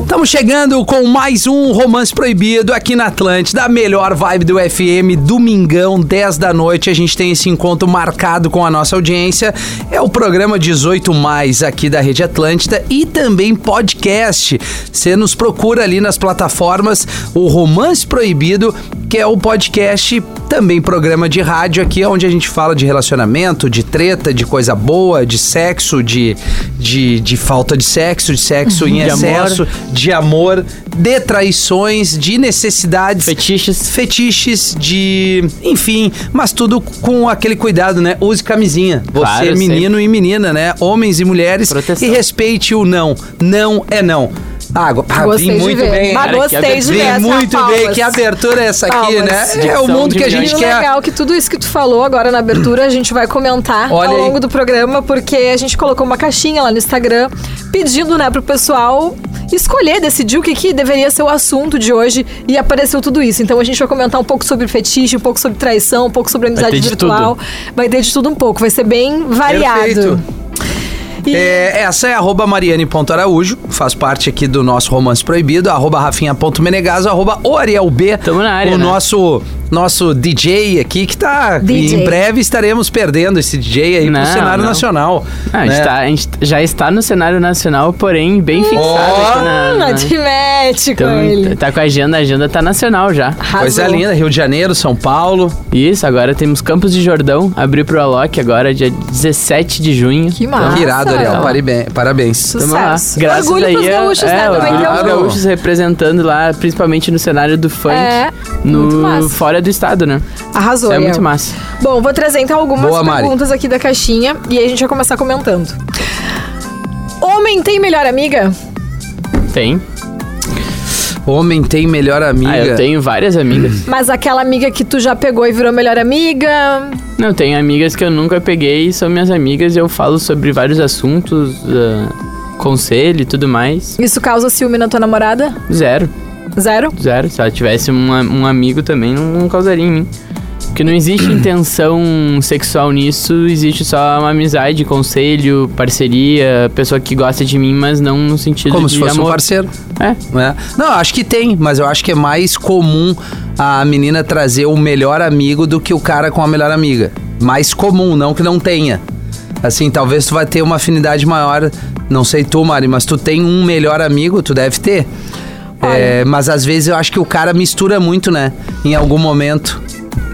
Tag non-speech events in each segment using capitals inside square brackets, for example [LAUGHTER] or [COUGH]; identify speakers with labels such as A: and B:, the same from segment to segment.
A: Estamos chegando com mais um Romance Proibido aqui na Atlântida, a melhor vibe do FM, domingão, 10 da noite. A gente tem esse encontro marcado com a nossa audiência. É o programa 18 mais aqui da Rede Atlântida e também podcast. Você nos procura ali nas plataformas o Romance Proibido, que é o podcast, também programa de rádio aqui, onde a gente fala de relacionamento, de treta, de coisa boa, de sexo, de, de, de falta de sexo, de sexo em
B: De amor.
A: excesso de amor, de traições, de necessidades,
B: Fetiches.
A: fetiches, de. enfim, mas tudo com aquele cuidado, né? Use camisinha. Você,
B: Claro,
A: menino e menina, né? Homens e mulheres.
B: Proteção.
A: E respeite o não. não é não. Água. Ah,
C: Gostei
A: vim
C: de
A: muito
C: ver.
A: bem.
C: Mas
A: né?
C: gostei de
A: Vim
C: ver essa
A: muito bem.
C: palmas.
A: Que abertura é essa aqui,
C: Palmas.
A: né? É o
B: Dicção
A: mundo
B: de
A: que a gente
C: E o
A: quer.
C: legal é que tudo isso que tu falou agora na abertura a gente vai comentar
A: Olha
C: ao
A: aí.
C: longo do programa, porque a gente colocou uma caixinha lá no Instagram pedindo, né, pro pessoal escolher, decidir o que, que deveria ser o assunto de hoje e apareceu tudo isso. Então a gente vai comentar um pouco sobre fetiche, um pouco sobre traição, um pouco sobre amizade
B: ter de
C: virtual. Vai ter de tudo um pouco, vai ser bem variado.
A: Perfeito.
C: E-
A: É, essa é arroba mariane.araújo, faz parte aqui do nosso Romance Proibido, arroba rafinha.menegaso, arroba o Ariel B,
B: Tamo na área,
A: o
B: né?
A: nosso, nosso DJ aqui, que tá,
C: DJ.
A: em breve estaremos perdendo esse DJ aí
B: Não,
A: pro cenário
B: não.
A: nacional.
B: Ah, a, gente
A: né?
B: tá- a gente já está no cenário nacional, porém bem fixado aqui na.
C: Ah,
B: na-
C: te mete com ele.
B: Então, tá com a agenda, a agenda tá nacional já.
A: Coisa
C: Arrasou.
A: linda, Rio de Janeiro, São Paulo.
B: Isso, agora temos Campos de Jordão, abriu pro Alok agora, dia 17 de junho.
C: Que massa.
A: que irado, Ariel,
B: Então.
A: paribe- parabéns.
B: Tamo lá.
C: Sucesso.
B: Graças
C: Orgulho
B: aí,
C: pros
B: a-
C: gaúchos,
B: é,
C: né? Também
B: orgulho
C: tem
B: pros
A: orgulho.
B: gaúchos representando lá, principalmente no cenário do funk,
C: É, muito
B: no
C: massa.
B: fora do estado, né?
C: Arrasou,
B: Isso é
C: Ariel.
B: muito massa.
C: Bom, vou trazer então algumas
A: Boa, Mari.
C: perguntas aqui da caixinha e aí a gente vai começar comentando. Homem tem melhor amiga?
B: Tem.
A: Homem tem melhor amiga.
B: Ah, eu tenho várias amigas.
C: Mas aquela amiga que tu já pegou e virou melhor amiga?
B: Não, tenho amigas que eu nunca peguei, são minhas amigas e eu falo sobre vários assuntos, ah, conselho e tudo mais.
C: Isso causa ciúme na tua namorada?
B: Zero,
C: Zero?
B: zero. Se ela tivesse um, a- um amigo também, não, não causaria em mim. Porque não
A: [CLEARS THROAT]
B: existe intenção sexual nisso, existe só uma amizade, conselho, parceria, pessoa que gosta de mim, mas não no sentido
A: Como
B: de
A: se fosse um
B: amor.
A: parceiro.
B: É,
A: né? Não, eu acho que tem, mas eu acho que é mais comum a menina trazer o melhor amigo do que o cara com a melhor amiga. Mais comum, não que não tenha. Assim, talvez tu vai ter uma afinidade maior, não sei tu, Mari, mas tu tem um melhor amigo, tu deve ter. É, mas às vezes eu acho que o cara mistura muito, né? Em algum momento.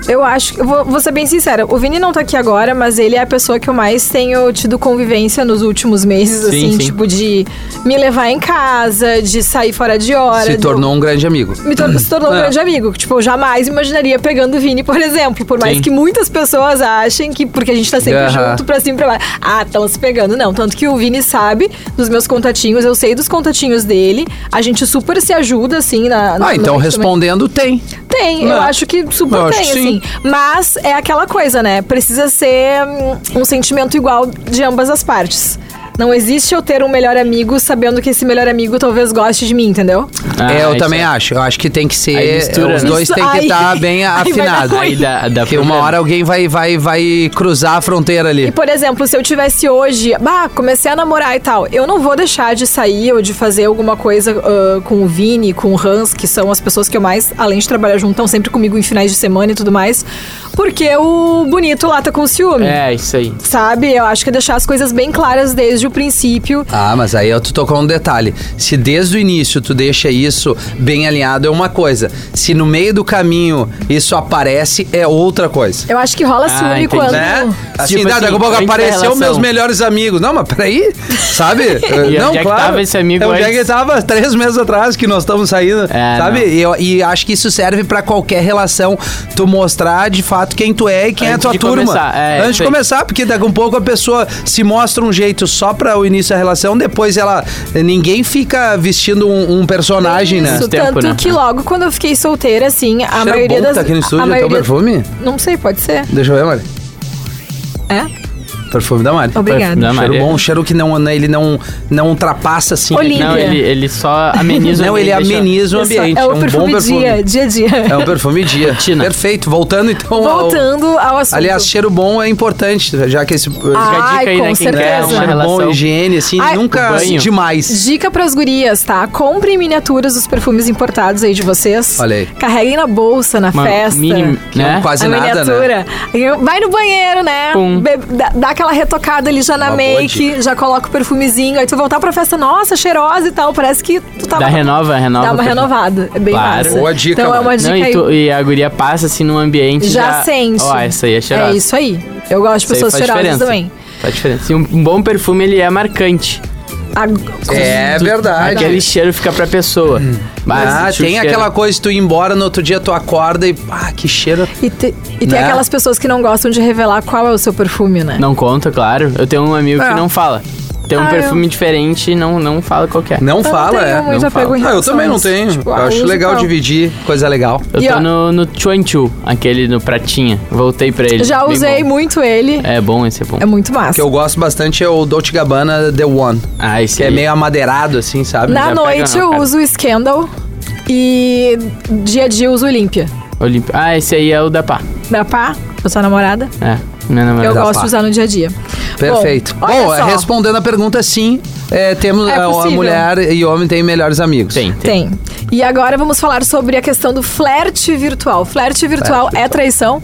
C: Eu acho. Eu vou, vou ser bem sincera. O Vini não tá aqui agora, mas ele é a pessoa que eu mais tenho tido convivência nos últimos meses,
B: Sim,
C: assim,
B: sim.
C: tipo, de me levar em casa, de sair fora de hora.
A: se
C: de-
A: tornou um grande amigo.
C: me tor- se tornou um
A: É.
C: grande amigo. Tipo, eu jamais imaginaria pegando o Vini, por exemplo. Por mais
B: Sim.
C: que muitas pessoas achem que, porque a gente tá sempre
A: Aham.
C: junto, pra cima e pra baixo. Ah, estão se pegando. Não, tanto que o Vini sabe dos meus contatinhos, eu sei dos contatinhos dele. A gente super se ajuda, assim, na. na-
A: Ah, então
C: no-
A: respondendo, tem.
C: Tem, eu
A: Não.
C: acho que super
A: Eu acho
C: tem,
A: que sim.
C: assim. Mas é aquela coisa, né? Precisa ser hum, um sentimento igual de ambas as partes. Não existe eu ter um melhor amigo sabendo que esse melhor amigo talvez goste de mim, entendeu?
B: Ah,
A: é, eu
B: isso
A: também
B: é.
A: acho. Eu acho que tem que ser.
B: Aí mistura,
A: os
B: né?
A: dois têm que
C: Isso-
A: estar
C: [LAUGHS] aí-
A: bem
C: aí vai dar
A: afinados.
C: ruim.
B: Aí dá, dá
A: Porque
B: problema.
A: uma hora alguém vai, vai, vai cruzar a fronteira ali.
C: E, por exemplo, se eu tivesse hoje, bah, comecei a namorar e tal, eu não vou deixar de sair ou de fazer alguma coisa ah, com o Vini, com o Hans, que são as pessoas que eu mais, além de trabalhar junto, estão sempre comigo em finais de semana e tudo mais, porque o bonito lá tá com ciúme.
B: É, isso aí.
C: Sabe? Eu acho que é deixar as coisas bem claras desde o princípio.
A: Ah, mas aí tu tocou um detalhe. Se desde o início tu deixa isso bem alinhado, é uma coisa. Se no meio do caminho isso aparece, é outra coisa.
C: Eu acho que rola
B: Ah,
C: ciúme
B: entendi.
C: quando.
A: Né? Assim,
B: Tipo
A: dá-
B: assim,
A: daqui a pouco
B: antes da
A: apareceu
B: relação.
A: meus melhores amigos. Não, mas peraí,
B: [LAUGHS]
A: sabe? Eh,
B: onde
A: não,
B: é que tava esse amigo
A: É onde é
B: antes?
A: que tava três meses atrás que nós estamos saindo,
B: É,
A: sabe? E, eu- e acho que isso serve pra qualquer relação. Tu mostrar de fato quem tu é e quem é a
B: Antes
A: tua
B: de
A: turma.
B: começar, é,
A: Antes de
B: sei.
A: começar, porque daqui a pouco a pessoa se mostra um jeito só pra o início da relação, depois ela... Ninguém fica vestindo um, um personagem, né?
C: Isso,
B: Tempo,
C: tanto
B: né?
C: que logo quando eu fiquei solteira, assim, a
A: Cheira
C: maioria
A: bom que
C: das.
A: tá aqui no
C: a
A: estúdio, até o
C: maioria...
A: perfume.
C: Não sei, pode ser.
A: Deixa eu ver, Mari.
C: É?
A: Perfume da Mari.
C: Obrigada.
B: Da
A: Cheiro
B: Mari. é.
A: bom, cheiro que não, né, ele não, não ultrapassa assim.
C: Olímpia.
B: Não, ele, ele só ameniza
A: Não,
B: o
A: ele
B: ambiente, deixa-
A: ameniza o
C: Isso,
A: ambiente.
C: É o
A: um
C: perfume,
A: bom perfume.
C: dia, dia a dia.
A: É um perfume dia.
B: Tina.
A: Perfeito. Voltando então ao.
C: Voltando ao assunto.
A: Aliás, cheiro bom é importante, já que esse.
C: Ah,
B: Fica a dica
C: Ai,
B: aí,
C: com
B: né, quem quer
C: certeza.
B: uma
A: cheiro um- É bom,
B: relação.
A: higiene, assim,
C: Ai,
A: nunca
B: banho.
A: demais.
C: Dica pras gurias, tá? Compre miniaturas dos perfumes importados aí de vocês.
A: Olha aí.
C: Carreguem na bolsa, na
B: Uma
C: festa.
B: mini, né?
A: Quase
C: a
A: nada, né?
C: miniatura. Vai no banheiro, né?
B: Pum.
C: Bebe- dá, dá aquela retocada ali já na
A: Uma boa dica.
C: make, já coloca o perfumezinho. Aí tu voltar pra festa, nossa, cheirosa e tal. Parece que tu tava.
B: Dá renova, renova.
C: Dá uma
B: porque-
C: renovada. É bem
B: Claro.
C: massa.
A: Boa dica,
C: Então é
A: mano.
C: uma dica
B: Não, e,
C: aí.
B: tu- e a guria passa assim num ambiente.
C: Já, sente.
B: Ó, essa aí é cheirosa.
C: É isso aí. Eu gosto de
B: Isso aí
C: pessoas
B: faz
C: cheirosas
B: diferença.
C: também.
B: Faz diferença. E um, um bom perfume, ele é marcante.
C: A-
A: É
B: Tu-
A: verdade.
C: É.
B: Aquele cheiro fica pra pessoa. Mas
A: ah,
B: sentiu o
A: tem
B: cheiro.
A: aquela coisa de tu ir embora, no outro dia tu acorda e. Ah, que cheiro.
C: E, te- e tem
A: Né?
C: aquelas pessoas que não gostam de revelar qual é o seu perfume, né?
B: Não conta, claro. Eu tenho um amigo
A: É.
B: que não fala. Tem um
C: Ah,
B: perfume diferente e não, não fala qual que é.
A: Não
C: não
A: fala,
C: Ah, tenho
A: é.
C: muito
A: não
C: apego
A: fala.
C: em
A: Ah, eu
C: relação
A: também
C: a
A: não
C: isso.
A: tenho.
C: Tipo,
A: eu
C: ah,
A: acho
C: uso
A: legal
C: tal.
A: dividir, coisa legal.
B: Eu
C: E,
B: tô
C: ó.
B: no, no Chuanchu, aquele no pratinha. Voltei pra ele.
C: Já
B: Bem
C: usei
B: bom.
C: muito ele.
B: É bom, esse é bom.
C: É muito massa.
A: O que eu gosto bastante é o Dolce Gabbana The One.
B: Ah, esse
A: Que é
B: aí.
A: meio amadeirado, assim, sabe?
C: Na
B: pega
C: noite
B: não,
C: eu
B: cara.
C: uso o Scandal e dia a dia eu uso o Olímpia.
B: Olimpi- Ah, esse aí é o da pá.
C: Da pá, eu sou a namorada.
B: É, minha
C: Eu
B: namorada.
C: gosto
A: Pá.
C: de usar no dia a dia.
A: Perfeito.
C: Bom,
A: Bom,
C: olha
A: é,
C: só.
A: respondendo a pergunta, sim, é, temos
C: É
A: a- a
C: possível.
A: mulher e homem têm melhores amigos.
B: Tem, tem.
C: Tem. E agora vamos falar sobre a questão do flerte virtual. Flerte virtual é traição?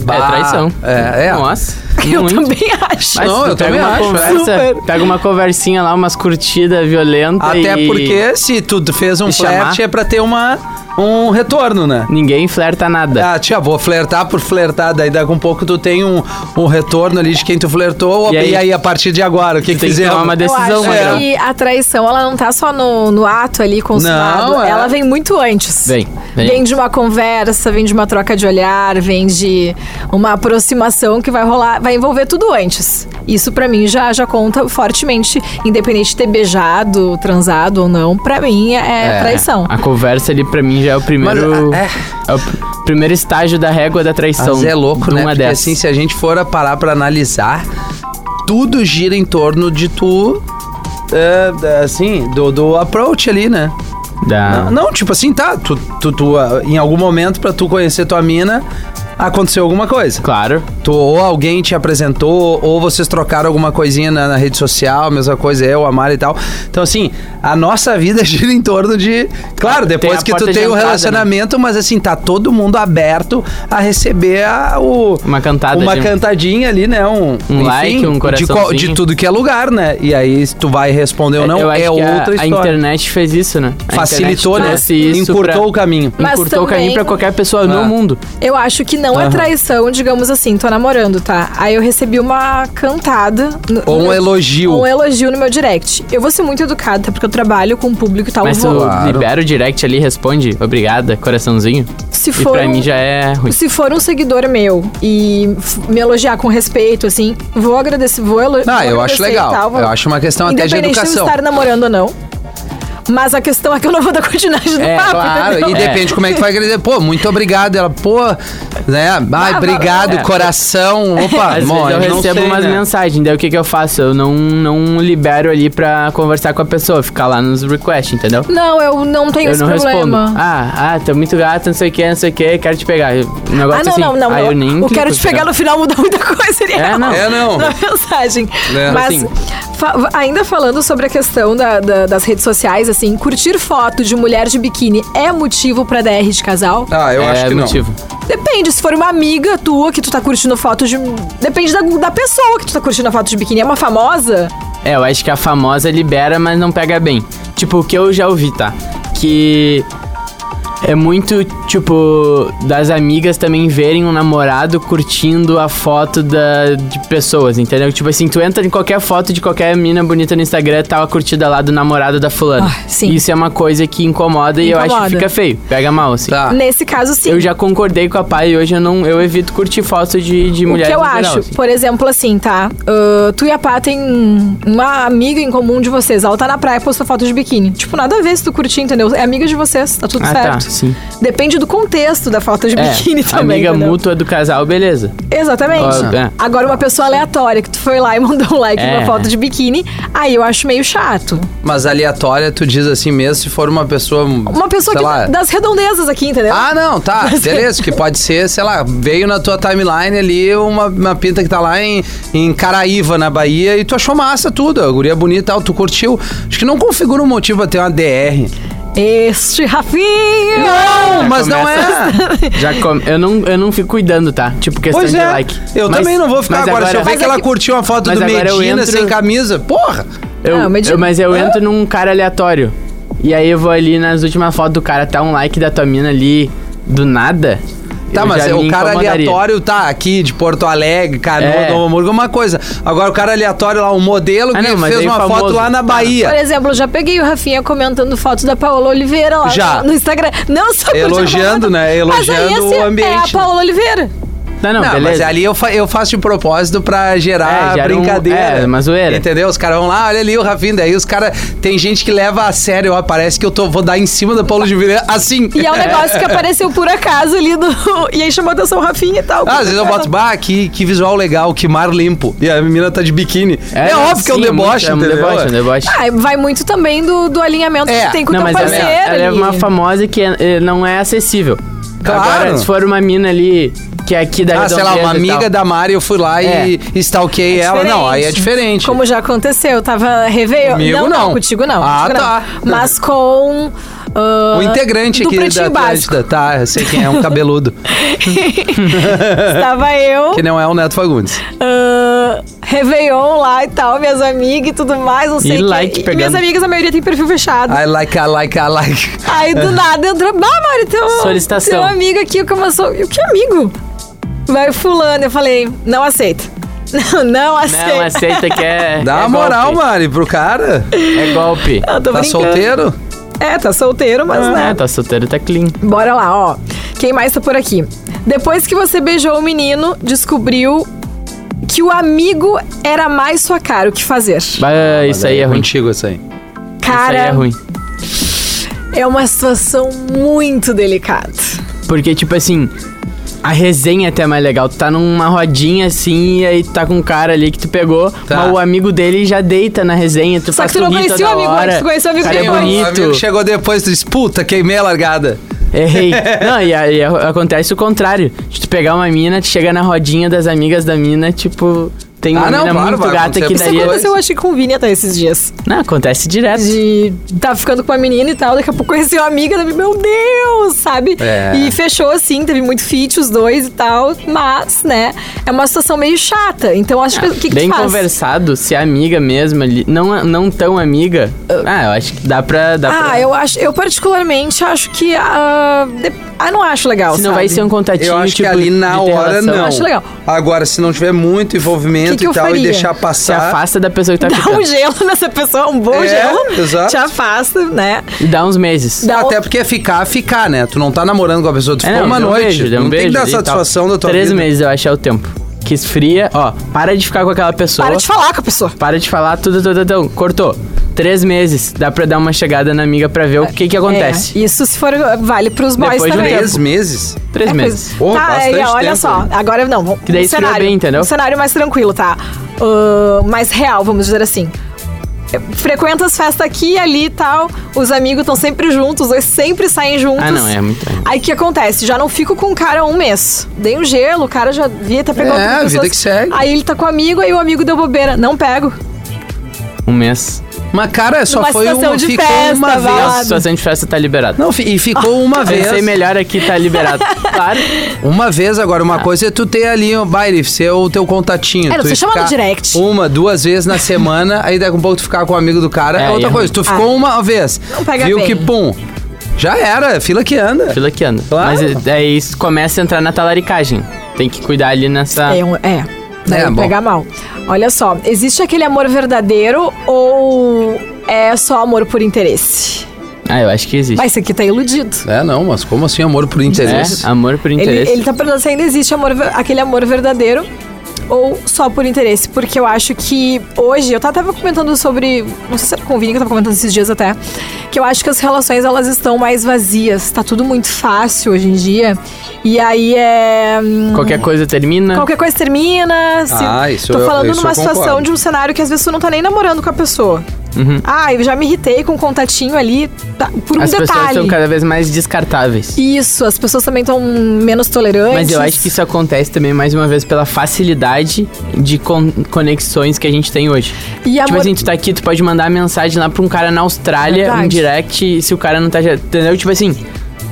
A: Bah,
B: É traição.
A: É, é. [LAUGHS]
B: Nossa.
C: Eu
B: muito.
C: também [LAUGHS] acho.
B: Mas
A: Não,
B: tu
A: eu
B: pega
A: também
B: uma
A: acho,
B: conversa,
C: é. Super.
B: Pega uma conversinha lá, umas curtidas violentas
A: Até
B: e...
A: porque se tu fez um
B: Me chamar.
A: flerte é pra ter uma, um retorno, né?
B: Ninguém flerta nada.
A: Ah, tia, vou flertar por flertar, daí daqui a um pouco tu tem um, um retorno ali de quem tu flertou, e
B: E
A: aí,
B: aí?
A: a partir de agora, o que que
B: tem que
A: fizemos?
B: tomar uma decisão,
C: eu acho
A: Magrão.
C: que a traição, ela não tá só no, no ato ali consumado.
A: Não, é.
C: Ela vem muito antes.
B: Vem, vem.
C: Vem de uma conversa, vem de uma troca de olhar, vem de uma aproximação que vai rolar, vai envolver tudo antes. Isso pra mim já, já conta fortemente, independente de ter beijado, transado ou não, pra mim é,
A: É.
C: traição.
B: A conversa ali pra mim já é o primeiro.
A: Mano, é.
B: é. o pr- primeiro estágio da régua da traição.
A: Mas é louco, né?
B: Uma
A: Porque
B: dessas.
A: assim, se a gente for a parar pra analisar, tudo gira em torno de tu. é, assim, do, do approach ali, né?
B: Da-
A: Não, não, tipo assim, tá. Tu, tu, tu, ah, em algum momento, pra tu conhecer tua mina, aconteceu alguma coisa.
B: Claro.
A: Tu, ou alguém te apresentou, ou vocês trocaram alguma coisinha na, na rede social, mesma coisa eu, a Mara e tal. Então, assim, a nossa vida [LAUGHS] gira em torno de. Claro,
B: Tem
A: depois
B: a
A: que tu
B: porta de
A: tem o
B: entrada, né?
A: relacionamento, mas assim, tá todo mundo aberto a receber a- o.
B: Uma cantada
A: Uma
B: de um-
A: cantadinha ali, né? Um,
B: like, um
A: de, qual- de
B: coraçãozinho.
A: tudo que é lugar, né? E aí, se tu vai responder ou não,
B: Eu acho
A: é
B: que a-
A: outra
B: a,
A: história.
B: internet fez isso, né? A
A: Facilitou, né?
B: internet trouxe Isso
A: Encurtou
B: pra-
A: o caminho.
C: Mas
B: Encurtou o
C: também-
B: caminho pra qualquer pessoa
A: Ah.
B: no mundo.
C: Eu acho que não é
A: Aham.
C: traição, digamos assim, tô namorando, tá? Aí eu recebi uma cantada. no-
A: Ou
C: no
A: um
C: meu-
A: elogio.
C: ou Um elogio no meu direct. Eu vou ser muito educada, tá? porque eu trabalho com o público e tal.
B: Mas
C: eu
B: tu
C: vou-
A: Claro.
B: libera o direct ali, responde, obrigada, coraçãozinho.
C: Se
B: E
C: for
B: pra
C: um-
B: mim já é ruim.
C: Se for um seguidor meu e f- me elogiar com respeito, assim, vou agradecer, vou elogiar.
A: Ah, eu acho legal. Eu acho uma questão até de
C: Independente de eu
A: educação.
C: estar namorando ou não. Mas a questão é que eu não vou dar continuidade no
B: É,
C: papo,
A: Claro,
C: entendeu?
A: e
B: É.
A: depende como é que tu vai dizer. Pô, muito obrigado. Ela, pô, né? Ai,
C: Ah,
A: obrigado,
B: valeu.
A: coração. Opa,
B: é. [LAUGHS] Às
A: Ah, bom,
B: vezes eu
A: não
B: recebo
A: sei,
B: umas
A: né?
B: mensagens, daí o que que eu faço? Eu não, não libero ali pra conversar com a pessoa, ficar lá nos requests, entendeu?
C: Não, eu não tenho
B: Eu
C: esse
B: não
C: problema.
B: respondo. Ah, ah, tá muito gato, não sei o que, não sei o que, quero te pegar. Eu- Um negócio
C: Ah, não,
B: assim.
C: não, não,
B: Aí
C: não.
B: eu nem
C: o
B: clico,
C: quero te pegar no final muda muita coisa, seria
B: É, não.
A: tá É, não.
C: Na mensagem.
A: É.
C: Mas,
B: Assim.
C: fa- ainda falando sobre a questão da- da- das redes sociais, assim, curtir foto de mulher de biquíni é motivo pra DR de casal?
A: Ah, eu
B: é
A: acho que não.
B: motivo.
C: Depende, se for uma amiga tua que tu tá curtindo foto de. Depende da, da pessoa que tu tá curtindo a foto de biquíni. É uma famosa?
B: É, eu acho que a famosa libera, mas não pega bem. Tipo, o que eu já ouvi, tá? Que é muito, tipo, das amigas também verem um namorado curtindo a foto da, de pessoas, entendeu? Tipo assim, tu entra em qualquer foto de qualquer mina bonita no Instagram, tá a curtida lá do namorado da fulana.
C: Ah, sim.
B: Isso é uma coisa que incomoda, e eu acho
C: Incomoda.
B: que fica feio. Pega mal, assim.
A: Tá.
C: Nesse caso, sim.
B: Eu já concordei com a pai e hoje eu não eu evito curtir foto de, de
C: O que
B: mulheres.
C: eu
B: no geral,
C: acho,
B: assim.
C: por exemplo, assim, tá? Ah, tu e a Pá tem uma amiga em comum de vocês. Ela tá na praia e postou foto de biquíni. Tipo, nada a ver se tu curtir, entendeu? É amiga de vocês, tá tudo
B: Ah, tá.
C: certo.
B: sim.
C: Depende do contexto da falta de
B: É,
C: biquíni também.
B: amiga
C: entendeu?
B: mútua do casal, beleza.
C: Exatamente.
B: Ó, é.
C: Agora, uma pessoa aleatória que tu foi lá e mandou um like
B: É.
C: numa foto de biquíni, aí eu acho meio chato.
A: Mas aleatória, tu diz assim mesmo, se for uma pessoa.
C: Uma pessoa
A: sei
C: que,
A: lá,
C: das redondezas aqui, entendeu?
A: Ah, não, tá,
B: é.
A: beleza, que pode ser, sei lá, veio na tua timeline ali uma, uma pinta que tá lá em, em Caraíva, na Bahia, e tu achou massa tudo, a guria bonita e tal, tu curtiu. Acho que não configura um motivo pra ter uma DR.
C: Este Rafinha!
A: Não,
B: Já
A: mas não é.
B: começa- Já com- eu, não, eu não fico cuidando, tá? Tipo, questão
A: Pois
B: de
A: é,
B: like.
A: eu
B: Mas-
A: também não vou ficar
B: mas
A: agora, se eu ver
C: Mas
A: que
C: é
A: ela
C: que-
A: curtiu uma foto
B: Mas
A: do
B: agora eu
A: Medina
B: entro-
A: sem camisa, porra!
B: Eu,
C: Ah, o Medina-
B: eu- mas eu entro num cara aleatório. E aí eu vou ali nas últimas fotos do cara, tá um like da tua mina ali do nada.
A: Tá,
B: eu
A: mas
B: já
A: é, o
B: me
A: cara
B: incomodaria.
A: aleatório tá aqui de Porto Alegre, Canoa,
B: É.
A: Novo Hamburgo, é uma coisa. Agora o cara aleatório lá, um modelo
B: Ah,
A: que
B: não, mas
A: fez
B: aí
A: uma
B: famoso. tá.
A: foto lá na Bahia.
C: Por exemplo, eu já peguei o Rafinha comentando foto da Paola Oliveira lá
A: Já.
C: no Instagram. Não só curtindo
A: Elogiando,
C: a foto,
A: né?
C: mas aí,
A: Elogiando
C: assim,
A: o
C: É a
A: ambiente, né?
C: Paola Oliveira.
B: Não, não,
A: Não, mas é-
B: beleza.
A: ali eu, fa- eu faço de propósito pra
B: É,
A: gerar
B: gera um-
A: brincadeira.
B: é, uma zoeira.
A: Entendeu? Os caras vão lá, olha ali o Rafinha. Daí os caras. Tem gente que leva a sério, ó. Parece que eu tô, vou dar em cima da Paulo de Vira assim.
C: E
A: [LAUGHS]
C: é um negócio que apareceu por acaso ali no. [LAUGHS] E aí chamou atenção o Rafinha e tal.
A: Ah, às vezes eu boto, bah, que, que visual legal, que mar limpo. E a menina tá de biquíni. É,
B: não,
A: óbvio que é um
B: sim, muito-
A: deboche,
B: É um
A: entendeu?
B: deboche, é um deboche.
C: Ah, vai muito também do, do alinhamento
A: É.
C: que tu tem com o
B: não,
C: teu
B: mas ela,
C: parceiro.
B: é- ela é
C: ali.
B: uma famosa que é- é- não é acessível.
A: Claro.
B: Agora, se for uma mina ali que é aqui da
A: Ah, sei lá, uma
B: redondeza e tal. É.
A: amiga da Mari, eu fui lá e stalkei ela. Não, aí é diferente.
C: Como já aconteceu, eu tava reveio.
A: Comigo,
C: não,
A: não.
C: contigo não.
A: Ah,
C: contigo não.
A: tá.
C: Mas com. ah,
A: O integrante
C: do
A: aqui da
C: Pretinho Básico.
A: Atlântida, tá? Eu sei quem é, um cabeludo.
C: Estava eu,
A: que não é o Neto Fagundes.
C: ah, Réveillon lá e tal, minhas amigas e tudo mais, não sei o quê.
B: like
C: E
B: pegando. Ah.
C: Minhas amigas, a maioria tem perfil fechado.
A: I like, I like, I like.
C: Aí do nada entrou. Bah, Mari, teu,
B: Solicitação.
C: teu um amigo aqui começou. E o que amigo? Vai fulano. Eu falei, não aceito. [LAUGHS] Não, não aceito.
B: Não, aceita que é.
A: Dá
B: é
A: uma moral,
B: golpe.
A: Mari, pro cara.
B: É golpe.
C: [LAUGHS] Eu tô
A: Tá
C: brincando.
A: solteiro?
C: É, tá solteiro, mas né?
B: Ah, tá solteiro, tá clean.
C: Bora lá, ó. Quem mais tá por aqui? Depois que você beijou o menino, descobriu que o amigo era mais sua cara. O que fazer?
B: Bah, isso aí é ruim. Isso
A: Contigo isso aí.
B: aí
C: Cara,
B: é ruim.
C: é uma situação muito delicada.
B: Porque, tipo assim, a resenha é até mais legal. Tu tá numa rodinha assim, e aí tu tá com um cara ali que tu pegou,
A: Tá.
B: mas o amigo dele já deita na resenha. Tu
C: Só
B: faz
C: que tu não
B: tu rir
C: conhecia o
B: toda
C: amigo antes,
B: hora.
C: tu conheceu o amigo
B: cara é
A: Tem um
B: bonito.
A: amigo que chegou depois, tu disse, puta, queimei a largada.
B: Errei. Não, e aí a- acontece o contrário. De tu pegar uma mina, tu chega na rodinha das amigas da mina, tipo. Tem uma
A: Ah, não,
B: mina
A: claro,
B: muito
A: vai
B: gata
A: acontecer
B: que
A: com
C: Isso
B: daí.
A: certeza.
C: aconteceu, eu acho que com o Vini até esses dias.
B: Não, acontece direto.
C: De tá ficando com uma menina e tal, daqui a pouco conheceu uma amiga, daí, meu Deus, sabe?
A: É.
C: E fechou assim, teve muito fit os dois e tal, mas, né, é uma situação meio chata. Então acho que o que, que
B: Bem
C: tu faz?
B: conversado, se é amiga mesmo ali. Não, não tão amiga. Ah, eu acho que dá pra. Dá
C: Ah,
B: pra...
C: eu acho, eu particularmente acho que ah, de- ah, não acho legal.
B: Se não
C: sabe?
B: vai ser um contatinho,
A: Eu acho que
B: tipo,
A: ali
B: de
A: na
B: ter
A: hora
B: relação.
A: não.
C: Acho legal.
A: Agora, se não tiver muito envolvimento
C: Que que eu
A: e tal, e
C: faria?
A: deixar
B: Se
A: passar.
B: afasta da pessoa que tá
C: [LAUGHS] Dá
B: ficando.
C: um gelo nessa pessoa, um bom
A: É,
C: gelo.
A: exato.
C: Te afasta, né?
B: E dá uns meses.
C: Dá
A: Até
C: um-
A: porque ficar, ficar, né? Tu não tá namorando com a pessoa, tu
B: É,
A: ficou uma
B: deu um
A: noite.
B: beijo, deu um
A: não tem que
B: beijo
A: dar
B: e tal.
A: satisfação da tua
B: Três
A: vida.
B: meses eu acho é o tempo. Que esfria, ó, para de ficar com aquela pessoa.
C: Para de falar com a pessoa.
B: Para de falar tudo, tudo, tudo. Cortou. Três meses. Dá pra dar uma chegada na amiga pra ver o que que acontece.
C: É, isso se for vale pros boys
B: Depois de um
C: também.
B: tempo.
A: Três meses?
B: Três
C: É
B: meses.
C: coisa-
A: Pô,
C: tá,
A: bastante
C: aí, ó, olha
A: tempo,
C: só.
A: hein?
C: Agora não, vamos.
B: Que daí
C: um
B: esfria
C: cenário,
B: bem, entendeu?
C: Um cenário mais tranquilo, tá? Ahn, mais real, vamos dizer assim. Frequenta as festas aqui e ali e tal. Os amigos estão sempre juntos, os dois sempre saem juntos.
B: Ah, não, é muito-
C: Aí o que acontece? Já não fico com o cara há um mês. Dei um gelo, o cara já via até pegar
A: É, a
C: outras
A: vida
C: pessoas.
A: que segue.
C: Aí ele tá com o amigo, aí o amigo deu bobeira. Não pego.
B: Um mês.
A: Mas, cara, só
C: Numa
A: foi
C: situação
A: um.
C: de
A: Ficou
C: festa,
A: uma
C: vai lá.
A: vez.
B: A situação de festa tá liberada.
A: Não, fi- e ficou
B: [LAUGHS]
A: uma vez.
B: Pensei melhor aqui, tá
C: [LAUGHS]
B: liberado. Claro.
A: Uma vez agora, uma coisa é tu ter ali o baile, ser o teu contatinho.
C: Ah. É,
A: tu
C: você
A: ir
C: chama no
A: ficar
C: direct.
A: Uma, duas vezes
C: [LAUGHS]
A: na semana, aí daqui a pouco tu ficar com o amigo do cara.
B: É,
A: É, outra
B: aí é
A: coisa, tu ficou uma vez.
C: Ah. Não pega
A: viu
C: bem.
A: que pum. Já era, é fila que anda.
B: Fila que anda.
A: Claro.
B: Mas aí isso começa a entrar na talaricagem. Tem que cuidar ali nessa.
C: É, um, é. Daí
A: É, bom.
C: pegar mal. Olha só, existe aquele amor verdadeiro ou é só amor por interesse?
B: Ah, eu acho que existe.
C: Mas esse aqui tá iludido.
A: É, não, mas como assim amor por interesse?
B: É, amor por
C: Ele, tá
B: interesse.
C: ele tá perguntando se ainda existe amor, ver- aquele amor verdadeiro ou só por interesse, porque eu acho que hoje, eu tava comentando sobre, não sei se era com o Vini que eu tava comentando esses dias até, que eu acho que as relações elas estão mais vazias, tá tudo muito fácil hoje em dia, e aí é... hum,
B: Qualquer coisa termina.
C: Qualquer coisa termina, se
A: Ah, isso
C: tô
A: eu-
C: falando
A: isso eu
C: numa situação
A: concordo.
C: de um cenário que às vezes tu não tá nem namorando com a pessoa.
B: Uhum.
C: Ah, eu já me irritei com um contatinho ali, tá, por um
B: As pessoas
C: detalhe.
B: são cada vez mais descartáveis.
C: Isso, as pessoas também estão menos tolerantes.
B: Mas eu acho que isso acontece também, mais uma vez, pela facilidade de con- conexões que a gente tem hoje.
C: E
B: Tipo
C: amor...
B: assim, tu tá aqui, tu pode mandar mensagem lá pra um cara na Austrália,
C: Verdade.
B: um direct, e se o cara não tá. já- Entendeu? Tipo assim,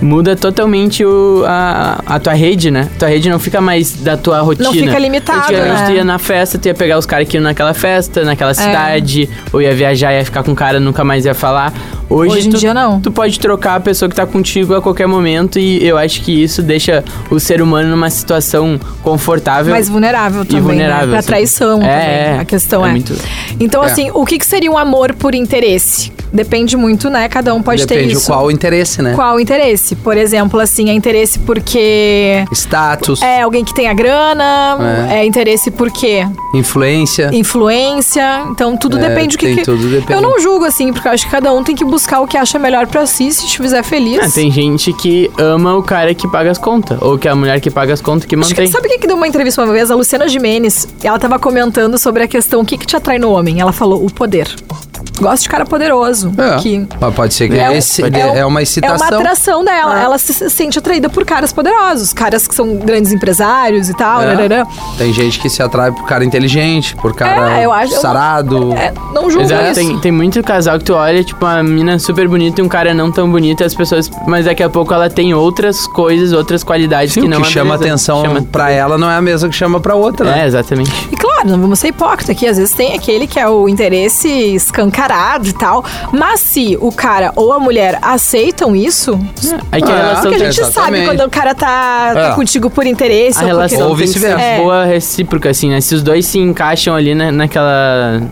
B: muda totalmente o, a, a tua rede, né? Tua rede não fica mais da tua rotina.
C: fica limitada,
B: Antigamente
C: né? É.
B: tu ia na festa, tu ia pegar os caras que iam naquela festa, naquela cidade, ou ia viajar, ia ficar com o cara, nunca mais ia falar. Hoje,
C: Hoje em
B: tu,
C: dia, não.
B: tu pode trocar a pessoa que tá contigo a qualquer momento, e eu acho que isso deixa o ser humano numa situação confortável.
C: mais vulnerável também,
B: vulnerável,
C: né? Pra
B: assim.
C: traição
B: É,
C: também,
B: é.
C: a questão é.
B: É muito-
C: Então,
A: É.
C: assim, o que, que seria um amor por interesse? Depende muito, né? Cada um pode ter
A: Depende
C: isso.
A: do qual o interesse, né?
C: Qual interesse? Por exemplo, assim, é interesse porque...
A: Status,
C: É alguém que tem a grana, é,
A: É.
C: interesse porque
A: influência.
C: influência, então tudo
A: É,
C: depende do que,
A: tem
C: que-
A: tudo depende.
C: Eu não julgo assim, porque eu acho que cada um tem que buscar o que acha melhor pra si, se te fizer feliz.
B: Ah, tem gente que ama o cara que paga as contas. Ou que é a mulher que paga as contas que
C: Acho que-
B: mantém.
C: sabe quem que deu uma entrevista uma vez? A Luciana Jimenez. Ela tava comentando sobre a questão o que, que te atrai no homem. Ela falou o poder. Gosto de cara poderoso.
A: É.
C: Que
A: Mas pode ser que
C: um-
A: esse-
C: é um-
A: é uma
C: É uma
A: excitação.
C: atração dela. Ela se se sente atraída por caras poderosos, caras que são grandes empresários e tal.
A: É.
C: rarará.
A: Tem gente que se atrai por cara inteligente, por cara
C: É, eu acho- eu-
A: sarado.
C: É, não julgo
B: Exato,
C: isso.
B: tem, tem muito casal que tu olha, tipo, uma mina super bonita e um cara não tão bonito, e as pessoas. Mas daqui a pouco ela tem outras coisas, outras qualidades
A: Sim,
B: que
A: o
B: não é
A: que chama
B: beleza.
A: atenção
B: Chama-
A: pra ela não é a mesma que chama pra outra, né?
B: É, exatamente.
C: E claro, não vamos ser hipócritas aqui. Às vezes tem aquele que é o interesse escancarado e tal. Mas se o cara ou a mulher aceitam isso.
B: Aí É que
A: Ah,
B: a relação
C: Porque a
B: tem,
C: gente sabe
A: Exatamente.
C: quando o cara tá, tá
A: É.
C: contigo por interesse.
B: tipo, a
C: ou porque
B: relação
A: Ou
B: tem que ser
A: vice-versa.
C: É.
B: boa recíproca, assim, né? Se os dois se encaixam ali na, naquela.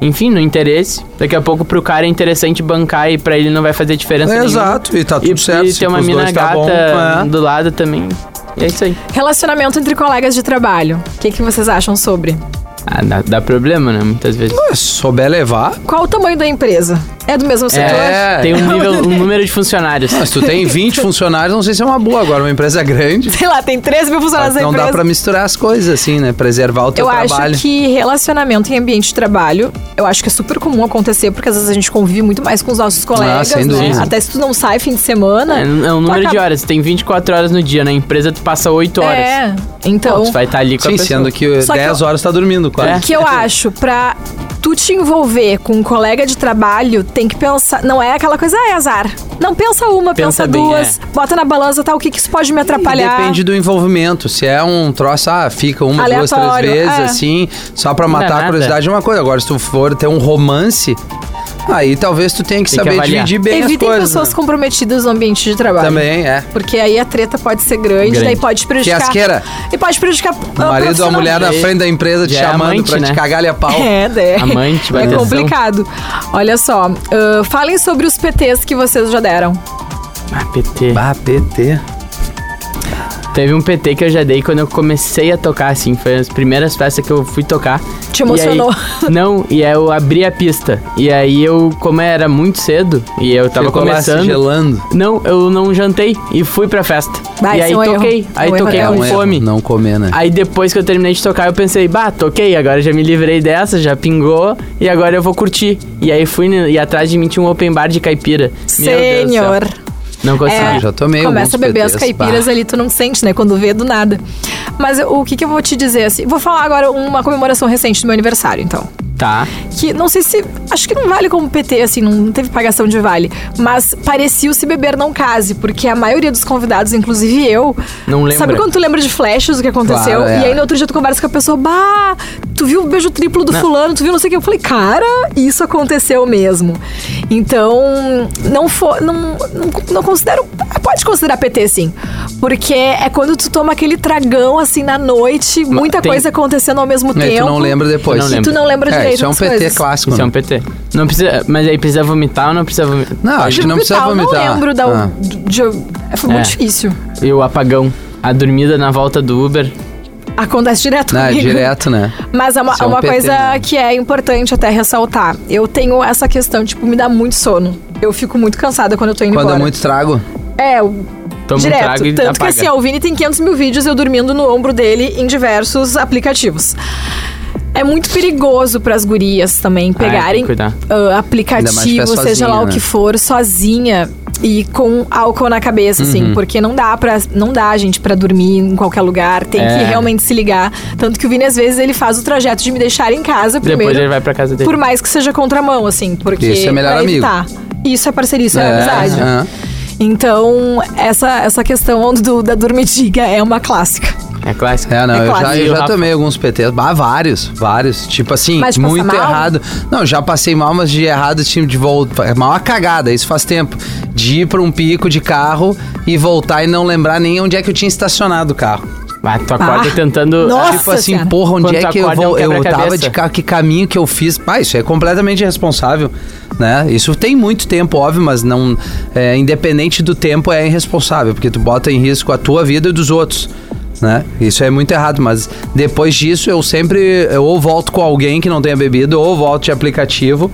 B: Enfim, no interesse. Daqui a pouco pro cara é interessante bancar e pra ele não vai fazer diferença nenhuma.
A: Exato, e tá tudo
B: E,
A: certo.
B: e
A: se
B: ter uma
A: pros
B: mina
A: dois tá
B: gata
A: bom, é.
B: do lado também. E é isso aí.
C: Relacionamento entre colegas de trabalho. O que, que vocês acham sobre?
B: Ah, dá, dá problema, né? Muitas vezes.
A: É, Se souber levar.
C: Qual o tamanho da empresa? É do mesmo setor?
A: É.
B: Tem um [LAUGHS] nível, um número de funcionários.
A: Mas tu
B: [LAUGHS]
A: tem 20 funcionários, não sei se é uma boa agora, uma empresa grande.
C: [LAUGHS] Sei lá, tem 13 mil funcionários
A: Não
C: da empresa.
A: dá pra misturar as coisas, assim, né? Preservar o teu
C: Eu
A: trabalho.
C: acho que relacionamento em ambiente de trabalho, eu acho que é super comum acontecer, porque às vezes a gente convive muito mais com os nossos colegas,
A: Ah, sem
C: né?
A: dúvida.
C: Até se tu não sai fim de semana.
B: É, é um
C: tu
B: número
C: acaba-
B: de horas. Tu tem 24 horas no dia. Na empresa tu passa 8 horas.
C: É,
B: Então,
C: então.
B: tu vai estar ali com a
A: Sim,
B: pessoa.
A: sendo que
C: Só que
A: 10
C: eu-
A: horas tá dormindo quase.
B: É.
C: que eu acho, pra tu te envolver com um colega de trabalho, tem que pensar. Não é aquela coisa, ah, é azar. Não, pensa uma, pensa,
B: Pensa bem,
C: duas, bota na balança tal, o que, que isso pode me atrapalhar.
A: é. Depende do envolvimento. Se é um troço, ah, fica uma, duas,
C: Aleatório,
A: três vezes,
C: é.
A: assim, só pra
B: Não dá
A: matar a
B: nada.
A: curiosidade é uma coisa. Agora, se tu for ter um romance, aí talvez tu tenha que
B: Tem que
A: saber
B: avaliar.
A: dividir bem
C: Evitem
A: as coisas.
C: pessoas
A: né?
C: comprometidas no ambiente de trabalho.
A: Também, é.
C: Porque aí a treta pode ser grande,
B: Grande.
C: daí pode prejudicar.
A: Fiasqueira.
C: E pode prejudicar.
A: O marido ou a mulher na
B: Já é-
A: frente da empresa te
B: já é
A: chamando
B: amante,
A: pra te
B: né?
A: cagar-lhe a pau.
C: É, né?
B: Amante, vai
C: É
B: tesão.
C: complicado. Olha só, ah, falem sobre os PTs que vocês já deram.
B: Ah, PT.
A: Bah, PT.
B: Teve um PT que eu já dei quando eu comecei a tocar, assim. Foi as primeiras festas que eu fui tocar.
C: Te
B: E aí-
C: emocionou.
B: não, e aí eu abri a pista. E aí eu, como era muito cedo, e eu tava
A: Ficou lá se
B: começando...
A: gelando.
B: Não, eu não jantei e fui pra festa.
C: Bah,
B: e
C: isso
B: aí
C: é um erro.
B: toquei,
C: É um
B: aí
C: erro
B: toquei
C: até
A: É
B: com
A: um erro
B: fome.
A: não comer, né?
B: Aí depois que eu terminei de tocar, eu pensei, bah, toquei, agora já me livrei dessa, já pingou e agora eu vou curtir. E aí fui ne- e atrás de mim tinha um open bar de caipira. Meu Deus do céu.
C: Senhor.
B: Não consegui.
A: É. eu já tomei alguns
C: Começa a beber as
A: PTs,
C: caipiras
A: pá.
C: ali, tu não sente, né? Quando vê, do nada. Mas eu- o que, que eu vou te dizer, assim? Vou falar agora uma comemoração recente do meu aniversário, então.
B: Tá.
C: que não sei se. Acho que não vale como PT, assim, não teve pagação de vale. Mas parecia o se beber não case, porque a maioria dos convidados, inclusive eu.
B: Não lembra.
C: Sabe quando tu lembra de flashes do que aconteceu?
A: Claro, é.
C: E aí no outro dia tu conversa com a pessoa, bah, tu viu o beijo triplo do fulano, tu viu não sei o que. Eu falei, cara, isso aconteceu mesmo. Então, não for. Não, não, não considero. Pode considerar PT, sim. Porque é quando tu toma aquele tragão, assim, na noite, muita
B: tem-
C: coisa acontecendo ao mesmo
A: Aí
C: tempo.
A: tu não lembra depois.
B: não
C: E tu
B: lembra.
C: não lembra
A: É,
C: direito.
A: isso é um
C: das
A: PT
C: coisas.
A: clássico.
B: Isso é um
A: né?
B: PT. Não precisa, mas aí precisa vomitar ou não precisa vomitar?
A: Não, acho que não precisa
C: Vital,
A: vomitar.
C: Não lembro da.
A: Ah.
C: de- de- foi
B: É.
C: muito difícil.
B: E o apagão, a dormida na volta do Uber.
C: A Acontece direto
A: Né,
C: [LAUGHS] comigo.
A: direto, né?
C: Mas é uma,
A: Isso é
C: é
A: um
C: uma
A: PT,
C: coisa
A: né?
C: que é importante até ressaltar. Eu tenho essa questão, tipo, me dá muito sono. Eu fico muito cansada quando eu tô indo
A: Quando
C: embora.
A: é muito trago.
C: É, eu-
B: Toma um
C: direto.
B: trago e
C: Tanto que
B: apaga.
C: assim, ó, o Vini tem 500 mil vídeos eu dormindo no ombro dele em diversos aplicativos. É muito perigoso pras gurias também
B: é, tem que
C: pegarem
B: cuidar.
C: ah,
A: Ainda mais se
C: aplicativo,
A: é
C: seja
A: sozinha,
C: lá o
A: né?
C: que for, sozinha e com álcool na cabeça,
B: Uhum.
C: assim, porque não dá para não dá, gente, pra dormir em qualquer lugar, tem
B: É.
C: que realmente se ligar. Tanto que o Vini às vezes ele faz o trajeto de me deixar em casa primeiro.
B: Depois ele vai pra casa dele.
C: Por mais que seja contramão, assim, porque.
A: Isso é melhor
C: pra
A: amigo.
C: evitar. Isso é parceria, isso é, amizade.
A: né? aham.
C: Então, essa, essa questão do, da dormidiga é uma clássica.
B: É clássico.
A: É, não,
C: É
A: eu já,
C: clássico.
A: eu
B: E o
A: já
B: Rafa?
A: tomei alguns PTs. Ah, vários, vários. Tipo assim,
C: Mas passa
A: muito
C: mal?
A: errado. Não, já passei mal, mas de errado, time de volta. É mal a cagada, isso faz tempo. De ir pra um pico de carro e voltar e não lembrar nem onde é que eu tinha estacionado o carro.
B: Ah, tu acorda
C: Ah.
B: tentando...
C: Nossa.
A: tipo assim,
C: Senhora.
A: porra, onde
B: Quando
A: é
B: tu
A: que eu
B: acorda, é um
A: vou? eu
B: quebra-cabeça.
A: tava de carro, que caminho que eu fiz? Ah, isso é completamente irresponsável, né? Isso tem muito tempo, óbvio, mas não. é, independente do tempo, é irresponsável, porque tu bota em risco a tua vida e dos outros. Né? Isso é muito errado, mas depois disso eu sempre eu ou volto com alguém que não tenha bebido ou volto de aplicativo.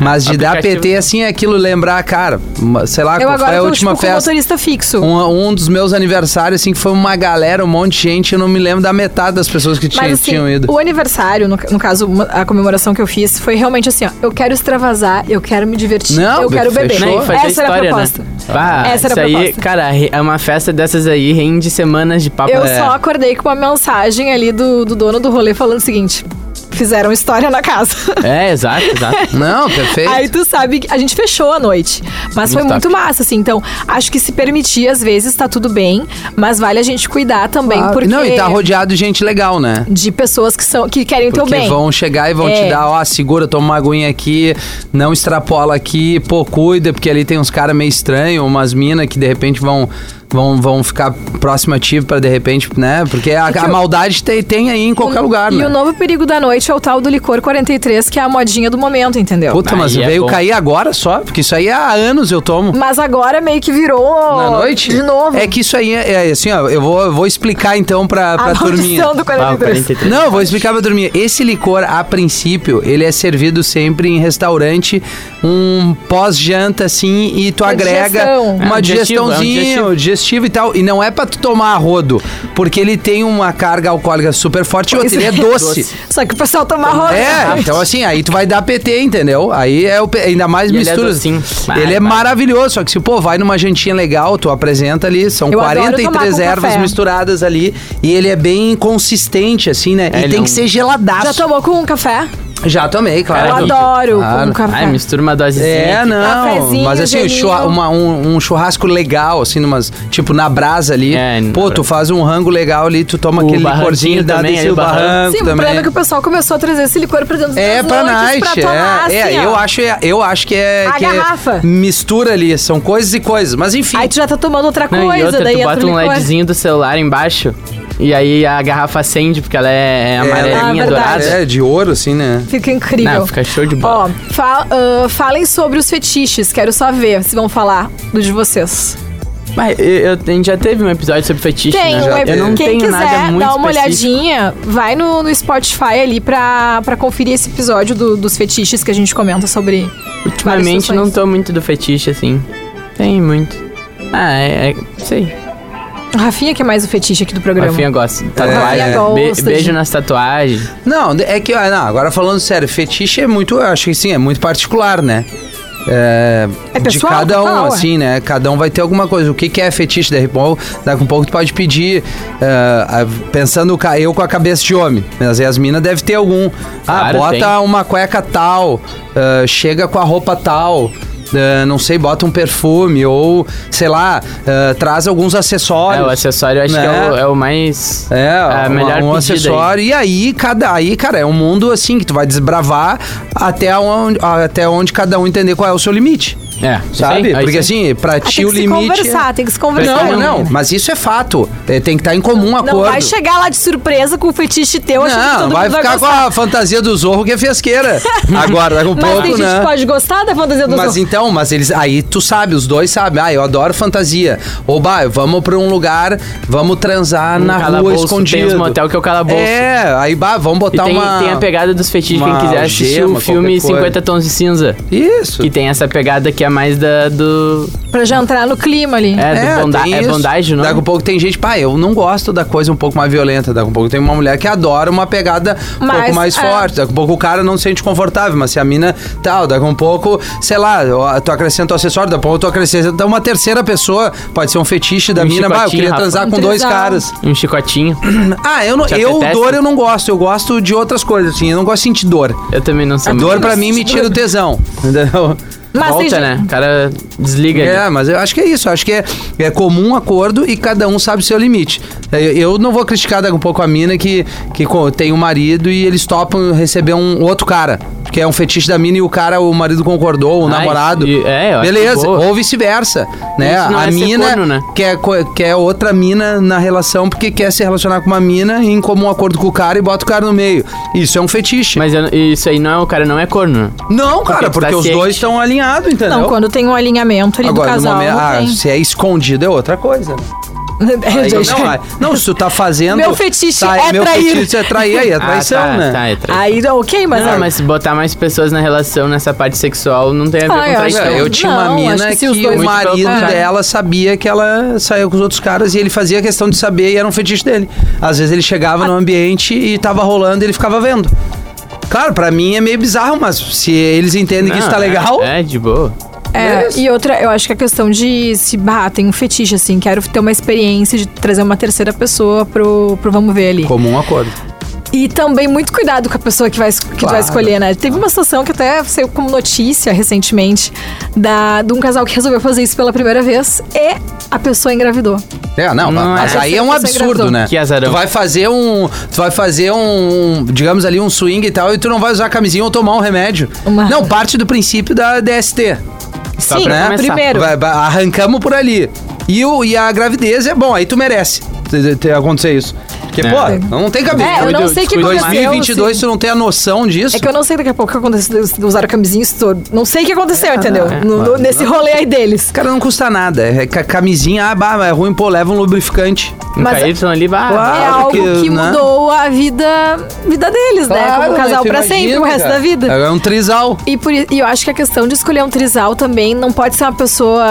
A: Mas de dar
B: aplicativo-
A: PT assim é aquilo lembrar, cara, uma- sei lá, qual
C: eu
A: foi
C: agora
A: a
C: tô,
A: última
C: tipo, com
A: festa.
C: motorista fixo.
A: Um, um dos meus aniversários, assim, que foi uma galera, um monte de gente, eu não me lembro da metade das pessoas que tinha,
C: Mas assim,
A: tinham ido.
C: o aniversário, no, no caso, uma- a comemoração que eu fiz, foi realmente assim, ó, eu quero extravasar, eu quero me divertir,
A: Não,
C: eu quero beber.
A: fechou.
B: Nem fazer
C: Essa
B: história,
C: era a proposta.
B: Né? Bah,
C: Essa era
B: isso
C: a
B: aí,
C: proposta.
B: cara, re- é uma festa dessas aí, rende semanas de papo.
C: Eu
B: É.
C: só acordei com uma mensagem ali do, do dono do rolê falando o seguinte: fizeram história na casa.
B: É, exato, exato.
C: [LAUGHS]
A: Não, perfeito.
C: Aí tu sabe que a gente fechou a noite. Mas foi
B: Muito
C: muito massa, assim. Então, acho que se permitir, às vezes, tá tudo bem. Mas vale a gente cuidar também,
A: Ah,
C: porque...
A: Não, e tá rodeado de gente legal, né?
C: De pessoas que, são, que querem o teu
A: Porque
C: bem.
A: vão chegar e vão
C: É.
A: te dar, ó, segura, toma uma aguinha aqui, não extrapola aqui, pô, cuida, porque ali tem uns caras meio estranhos, umas minas que de repente vão, vão, vão ficar próxima a ti pra de repente, né? Porque a,
C: que
A: a
C: o-
A: maldade tem, tem aí em qualquer lugar,
C: e
A: né?
C: o novo perigo da noite é o tal do licor 43, que é a modinha do momento, entendeu?
A: Puta, mas
B: Aí é
A: veio
B: bom.
A: cair agora só, porque isso aí há anos eu tomo.
C: Mas agora meio que virou...
A: Na noite?
C: De novo.
A: É que isso aí é, é assim, ó. Eu vou, eu vou explicar então pra,
C: a [LAUGHS]
A: pra turminha.
C: maldição do
B: Bah, Ah, o
C: 43.
B: 43.
A: Não, eu vou explicar pra turminha. Esse licor, a princípio, ele é servido sempre em restaurante, um pós-janta, assim, e tu
C: Uma
A: agrega
C: digestão.
A: uma
B: É um digestivo,
A: digestãozinha,
B: é
A: digestivo.
B: um
A: e tal. E não é pra tu tomar a rodo, porque ele tem uma carga alcoólica super forte e outra, ele é doce.
C: Só que o pessoal toma rosa.
A: É, então assim, aí tu vai dar PT, entendeu? Aí é o, P- ainda mais
B: E ele é
A: mistura.
B: docinho. Ah, tá. Vai,
A: Ele é
B: vai.
A: maravilhoso, só que se, pô, vai numa jantinha legal, tu apresenta ali, são
C: Eu adoro tomar
A: 43
C: com
A: ervas
C: café.
A: misturadas ali, e ele é bem consistente, assim, né?
B: É,
A: e
B: ele
A: tem
B: é um-
A: que ser
C: Já
A: geladaço.
C: tomou com um café?
A: Já tomei,
C: Eu
A: claro.
B: Cara, horrível.
C: adoro com
A: É, Claro.
C: um café.
B: Ai, mistura uma dosezinha.
A: É,
B: aqui.
A: não.
C: Cafezinho,
A: Mas assim, o
C: gelinho.
A: churra- uma- um, um churrasco legal, assim, numas, tipo na brasa ali.
B: É, na
A: Pô, tu
B: brasa.
A: faz um rango legal ali, tu toma
B: O
A: aquele
B: barranquinho
A: licorzinho da
B: também,
A: desse
B: aí o barranco.
A: barranco
C: Sim, o
A: também.
C: problema é que o pessoal começou a trazer esse licor pra dentro
A: É
C: das
A: pra
C: noites
A: night,
C: pra
A: é.
C: tomar,
A: é,
C: assim, ó.
A: eu acho, eu acho que é,
C: A
A: que é
C: garrafa.
A: mistura ali, são coisas e coisas, mas enfim.
C: Aí tu já tá tomando outra
B: Não,
C: coisa,
B: e outra,
C: daí
B: tu
C: entra
B: bota um
C: o licor.
B: LEDzinho do celular embaixo e aí a garrafa acende, porque ela é amarelinha,
C: Ah, verdade.
B: dourada.
A: É, de ouro assim, né?
C: Fica incrível.
B: Não, fica show de bola.
C: Ó, fa- ah, falem sobre os fetiches. Quero só ver se vão falar do de vocês.
B: Mas eu, eu- a gente já teve um episódio sobre fetiche,
C: Tem,
B: né?
C: um,
A: Já-
C: ep-
B: eu não
C: quem
B: tenho
C: quiser
B: nada muito
C: dar uma
B: específico.
C: olhadinha, vai no, no Spotify ali pra, pra conferir esse episódio do- dos fetiches que a gente comenta sobre. várias
B: Ultimamente
C: situações.
B: não tô muito do fetiche, assim. Tem muito. Ah, é... é sei.
C: Rafinha, que é mais o fetiche aqui do programa.
B: Rafinha gosta.
A: É.
B: Tatuagem.
A: Rafinha
B: Be-
C: gosta,
B: beijo
C: gente.
B: nas tatuagens.
A: Não, é que, ah, não, agora falando sério, fetiche é muito, eu acho que sim, é muito particular, né? É,
C: É
A: de
C: pessoal,
A: cada um,
C: total, é.
A: assim, né? Cada um vai ter alguma coisa. O que, que é fetiche? Daí, pô, daqui um pouco tu pode pedir, é, a- pensando ca- eu com a cabeça de homem. Mas aí as minas deve ter algum. Ah,
B: Claro,
A: bota
B: tem.
A: uma cueca tal, é, chega com a roupa tal. é, não sei, bota um perfume ou, sei lá, é, traz alguns acessórios.
B: É, o acessório eu acho que
A: Né?
B: é o, é o mais.
A: É,
B: a
A: uma-
B: melhor
A: um
B: pedida
A: acessório. E aí, cada, aí, cara, é um mundo assim que tu vai desbravar até onde, até onde cada um entender qual é o seu limite.
B: aí. É,
A: Sabe?
B: Aí, aí
A: Porque
B: sim.
A: assim, pra
C: Ah,
A: ti o
C: tem que se
A: limite. é-
C: conversar, tem que se conversar.
A: Não,
C: né?
A: não, mas isso é fato. É, tem que estar em comum
C: Não
A: acordo.
C: vai chegar lá de surpresa com o fetiche teu, achando que
A: Não,
C: todo
A: vai
C: mundo vai
A: ficar com
C: gostar.
A: a fantasia do Zorro que é
C: [LAUGHS]
A: fiasqueira. Agora, daqui um
C: Mas
A: pouco,
C: tem gente
A: né?
C: que pode gostar da fantasia do
A: Mas
C: Zorro.
A: então, mas eles. Aí tu sabe, os dois sabem. Ah, eu adoro fantasia. Ou bah, vamos pra um lugar, vamos transar
B: Um
A: na rua
B: calabouço,
A: escondido.
B: tem os motel que é o calabouço.
A: É, aí bah, vamos
B: E
A: botar
B: tem,
A: uma.
B: tem a pegada dos fetiches, quem
A: uma
B: quiser assistir
A: algema,
B: o filme
A: qualquer coisa.
B: 50 Tons de Cinza.
A: Isso.
B: Que tem essa pegada que é mais da do.
C: Pra já entrar no clima ali.
B: É, do bonda
A: tem
B: é
A: isso.
B: bondage, não?
A: Daqui a pouco tem gente, pá, eu não gosto da coisa um pouco mais violenta. Daqui a pouco tem uma mulher que adora uma pegada um
C: Mas,
A: pouco mais
C: é.
A: forte. Daqui a pouco o cara não se sente confortável, mas se a mina tal, daqui a um pouco, sei lá, ó, tu acrescenta o acessório, daqui a pouco tu acrescenta uma terceira pessoa, pode ser um fetiche da
B: Um
A: mina, bah, eu queria
B: chicotinho,
A: transar
C: Rafa.
A: com dois
C: Transar.
A: caras.
B: Um chicotinho.
A: Ah, eu, não,
B: Te
A: eu
B: apetece?
A: dor eu não gosto, eu gosto de outras coisas, assim, eu não gosto de sentir dor.
B: Eu também não sou
A: Dor
B: muito-
A: pra mim me tira o tesão, [LAUGHS] entendeu?
C: Mas tem
B: Volta,
C: gente-
B: né? O cara desliga. ali.
A: É, mas eu acho que é isso. eu Acho que é, é comum acordo e cada um sabe o seu limite. É, Eu não vou criticar daqui um pouco a mina que, que co- tem um marido e eles topam receber um outro cara. Que é um fetiche da mina e o cara, o marido concordou, o
B: Ah,
A: namorado.
B: e- é, eu acho
A: Beleza,
B: que boa.
A: ou vice-versa. Né?
B: Isso não
A: a
B: é ser
A: mina
B: corno, né?
A: quer, co- quer outra mina na relação porque quer se relacionar com uma mina em comum acordo com o cara e bota o cara no meio. Isso é um fetiche.
B: Mas eu- isso aí não é o cara, não é corno.
A: não, cara,
B: Porque tu tá
A: porque, os
B: ciente.
A: dois estão alinhados, entendeu?
C: Não, quando tem um alinhamento ali do
A: Agora, no
C: casal,
A: momento,
C: [LAUGHS]
A: ah,
C: tem.
A: se é escondido é outra coisa. né? Aí não, aí- não, se tu tá fazendo.
C: Meu fetiche
A: tá,
C: é
A: meu
C: trair.
A: fetiche é trair, aí é traição,
B: ah, tá,
A: né?
B: Tá, é traição.
C: Aí, não, ok, mas...
B: Não,
C: ah,
B: mas se botar mais pessoas na relação nessa parte sexual não tem a ver com
C: Ah, eu
A: Mas,
B: traição.
A: é, eu tinha uma
C: Não,
A: mina
C: acho
A: que,
C: que se os dois-
A: o
C: Muito
A: marido
B: pelo contrário.
A: dela sabia que ela saiu com os outros caras e ele fazia questão de saber e era um fetiche dele. Às vezes ele chegava no ambiente e tava rolando e ele ficava vendo. Claro, pra mim é meio bizarro, mas se eles entendem que isso tá
B: Não, é-
A: legal.
B: É, de boa.
C: É, e outra, eu acho que a questão de se bah, tem um fetiche, assim, quero ter uma experiência de trazer uma terceira pessoa pro, pro vamos ver ali.
A: Comum acordo.
C: E também muito cuidado com a pessoa que vai, es- que tu
A: Claro.
C: vai escolher, né? Teve uma situação que até saiu como notícia recentemente da, de um casal que resolveu fazer isso pela primeira vez e a pessoa engravidou.
A: É, não,
B: Não
A: mas
B: é.
A: aí é um
C: Essa- essa
A: absurdo,
C: engravidou.
A: né?
B: Que azarão.
A: Tu vai fazer um, tu vai fazer um, digamos ali um swing e tal e tu não vai usar camisinha ou tomar um remédio.
C: Uma-
A: Não, parte do princípio da DST,
B: Só
C: Sim,
B: pra
A: né?
B: começar.
C: primeiro.
A: Vai- vai- arrancamos por ali. E, o, e a gravidez é bom, aí tu merece ter, ter acontecer isso. Porque,
B: É.
A: pô, não tem cabeça.
C: É, eu não sei o que
A: Em
C: aconteceu.
A: 2022
C: assim.
A: tu não tem a noção disso.
C: É que eu não sei daqui a pouco o que aconteceu, eles usaram camisinha, estouro. Não sei o que
A: É,
C: aconteceu, entendeu? No- no- nesse rolê aí deles.
A: Cara, não custa nada. É ca- camisinha, ah, bah, mas é ruim, pô, leva um lubrificante.
B: Um
C: Mas-
B: KY ali, bah,
A: Claro.
C: é algo
A: que,
C: que,
A: né?
C: mudou a vida, vida deles, né? Como
A: Claro,
C: casal
A: tu
C: pra
A: imagina,
C: sempre, o resto
A: cara.
C: da vida.
A: É um trisal.
C: E, por, i- e eu acho que a questão de escolher um trisal também não pode ser uma pessoa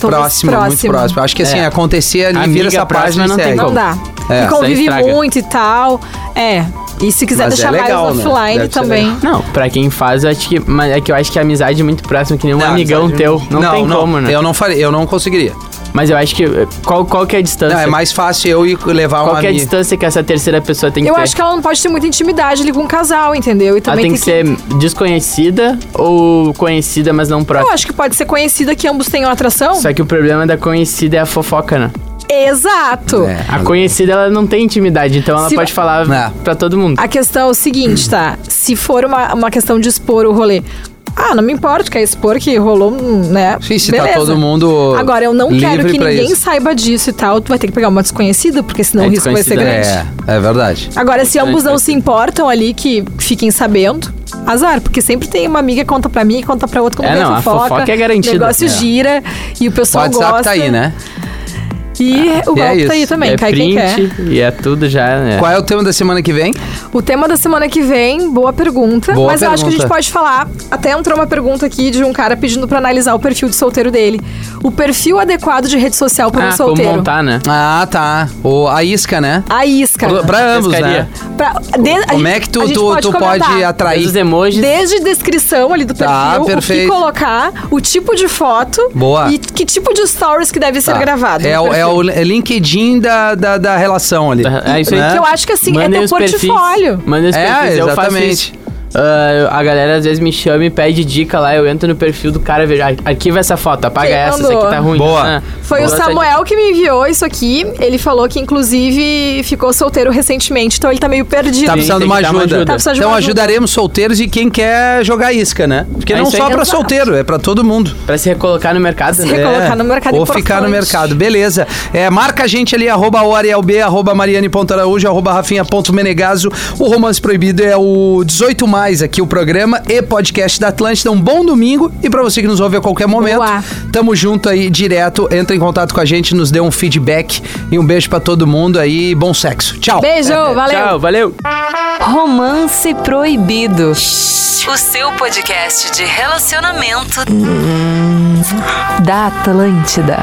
C: talvez,
A: próximo, muito próximo. Acho que assim,
B: É.
A: acontecer ali, vira
B: Amiga
A: essa página
B: próxima
A: e
B: não tem
A: segue.
C: Não
B: Como?
C: Então dá.
A: É, isso
C: e
A: aí
C: convive
B: estraga.
C: muito e tal. É. E se quiser
A: Mas é
C: deixar
A: legal,
C: mais
A: né?
C: offline
A: Deve ser
C: também.
B: Não, pra quem faz, eu acho que. Mas é que eu acho que a amizade é muito próxima, que nem um
A: Não,
B: amigão
A: amizade-
B: teu. Não, tem como, né?
A: Eu não faria, eu não conseguiria.
B: Mas eu acho que. Qual, qual que é a distância?
A: Não, é mais fácil eu ir levar um
B: qual
A: uma
B: que é a
A: amiga.
B: distância que essa terceira pessoa tem que
C: Eu
B: ter?
C: acho que ela não pode ter muita intimidade ali com o casal, entendeu? E
A: Ah,
B: Ela
C: também
B: tem que ser desconhecida ou conhecida, mas não
C: Eu
B: próxima.
C: acho que pode ser conhecida que ambos tenham atração.
B: Só que o problema da conhecida é a fofoca, né?
C: Exato.
A: É.
B: A conhecida, ela não tem intimidade, então ela
C: Se-
B: pode falar
A: É.
B: pra todo mundo.
C: A questão é o seguinte, tá? Se for uma, uma questão de expor o rolê. Ah, não me importa, quer expor que rolou, hum, né?
A: Sim, se
C: Beleza.
A: tá todo mundo.
C: Agora, eu não quero
A: livre
C: que
A: pra
C: ninguém
A: isso.
C: saiba disso e tal. Tu vai ter que pegar uma desconhecida, porque senão
B: É
C: o risco vai ser
B: desconhecida,
C: grande.
A: É, é verdade.
C: Agora, se ambos não
B: Interessante.
C: se importam ali, que fiquem sabendo, azar, porque sempre tem uma amiga que conta pra mim, conta pra outra, como
B: É,
C: tem
B: não, a fofoca é garantida.
C: O negócio
A: É.
C: gira e o
A: O
C: pessoal
A: WhatsApp
C: gosta.
A: tá aí, né?
C: E o
A: E é
C: golpe tá aí
A: isso.
C: também,
B: é
C: cai quem
B: print
C: quer.
B: e é tudo já. É.
A: Qual é o tema da semana que vem?
C: O tema da semana que vem, boa pergunta.
A: Boa
C: mas eu acho que a gente
A: pergunta.
C: pode falar. Até entrou uma pergunta aqui de um cara pedindo pra analisar o perfil de solteiro dele. O perfil adequado de rede social para
B: ah,
C: um
B: como
C: solteiro.
B: montar, né?
A: Ah, tá. O, a isca, né?
C: A isca.
A: Pra, pra ambos,
B: Pescaria.
A: né?
C: Pra- de- a
A: Como
C: gente-
A: é que tu,
C: a gente
A: tu, tu pode
C: comentar.
A: atrair?
B: Os emojis.
C: Desde descrição ali do perfil,
A: Tá,
C: o
A: perfeito.
C: que colocar, o tipo de foto
A: Boa.
C: e que tipo de stories que deve ser
A: Tá.
C: gravado.
A: É,
C: no
A: o- é
C: perfil.
A: o LinkedIn da, da, da relação ali.
B: É isso aí.
A: Né?
C: Que eu acho que assim,
B: Mandem
C: é teu
B: os perfis.
C: portfólio.
B: Mandem os
A: É,
B: perfis, eu faço
A: exatamente.
B: isso. ah, a galera às vezes me chama e pede dica lá, eu entro no perfil do cara e vejo, "Ah, arquiva essa foto, apaga
C: Quem
B: essa,
C: mandou?
B: essa aqui tá ruim.
A: Boa.
B: Ah,
C: Foi o
B: boa, tá-
C: Samuel que me enviou isso aqui. Ele falou que, inclusive, ficou solteiro recentemente, então ele tá meio perdido.
A: Tá
B: Sim,
A: precisando de
B: tem
A: uma
B: que dar uma
A: ajuda.
B: ajuda. Tá
C: precisando de
A: então
C: uma ajuda.
A: ajudaremos solteiros e quem quer jogar isca, né? Porque
B: É
A: não
B: isso aí,
A: só pra
B: exato.
A: solteiro, é pra todo mundo. É.
B: Pra se recolocar no mercado, né?
C: Quer colocar no mercado
A: Ou
C: importante.
A: ficar no mercado, beleza. É, marca a gente ali, arroba o Ariel B, arroba Mariane.araújo, arroba Rafinha.menegaso. O Romance Proibido é o 18 mais aqui, o programa e podcast da Atlântida. Um bom domingo e pra você que nos ouve a qualquer momento,
C: Boa.
A: tamo junto aí direto. Entra em contato com a gente, nos dê um feedback e um beijo pra todo mundo aí. Bom sexo. Tchau.
C: Beijo, valeu.
B: É, Tchau, valeu.
D: Romance Proibido. O seu podcast de relacionamento da Atlântida.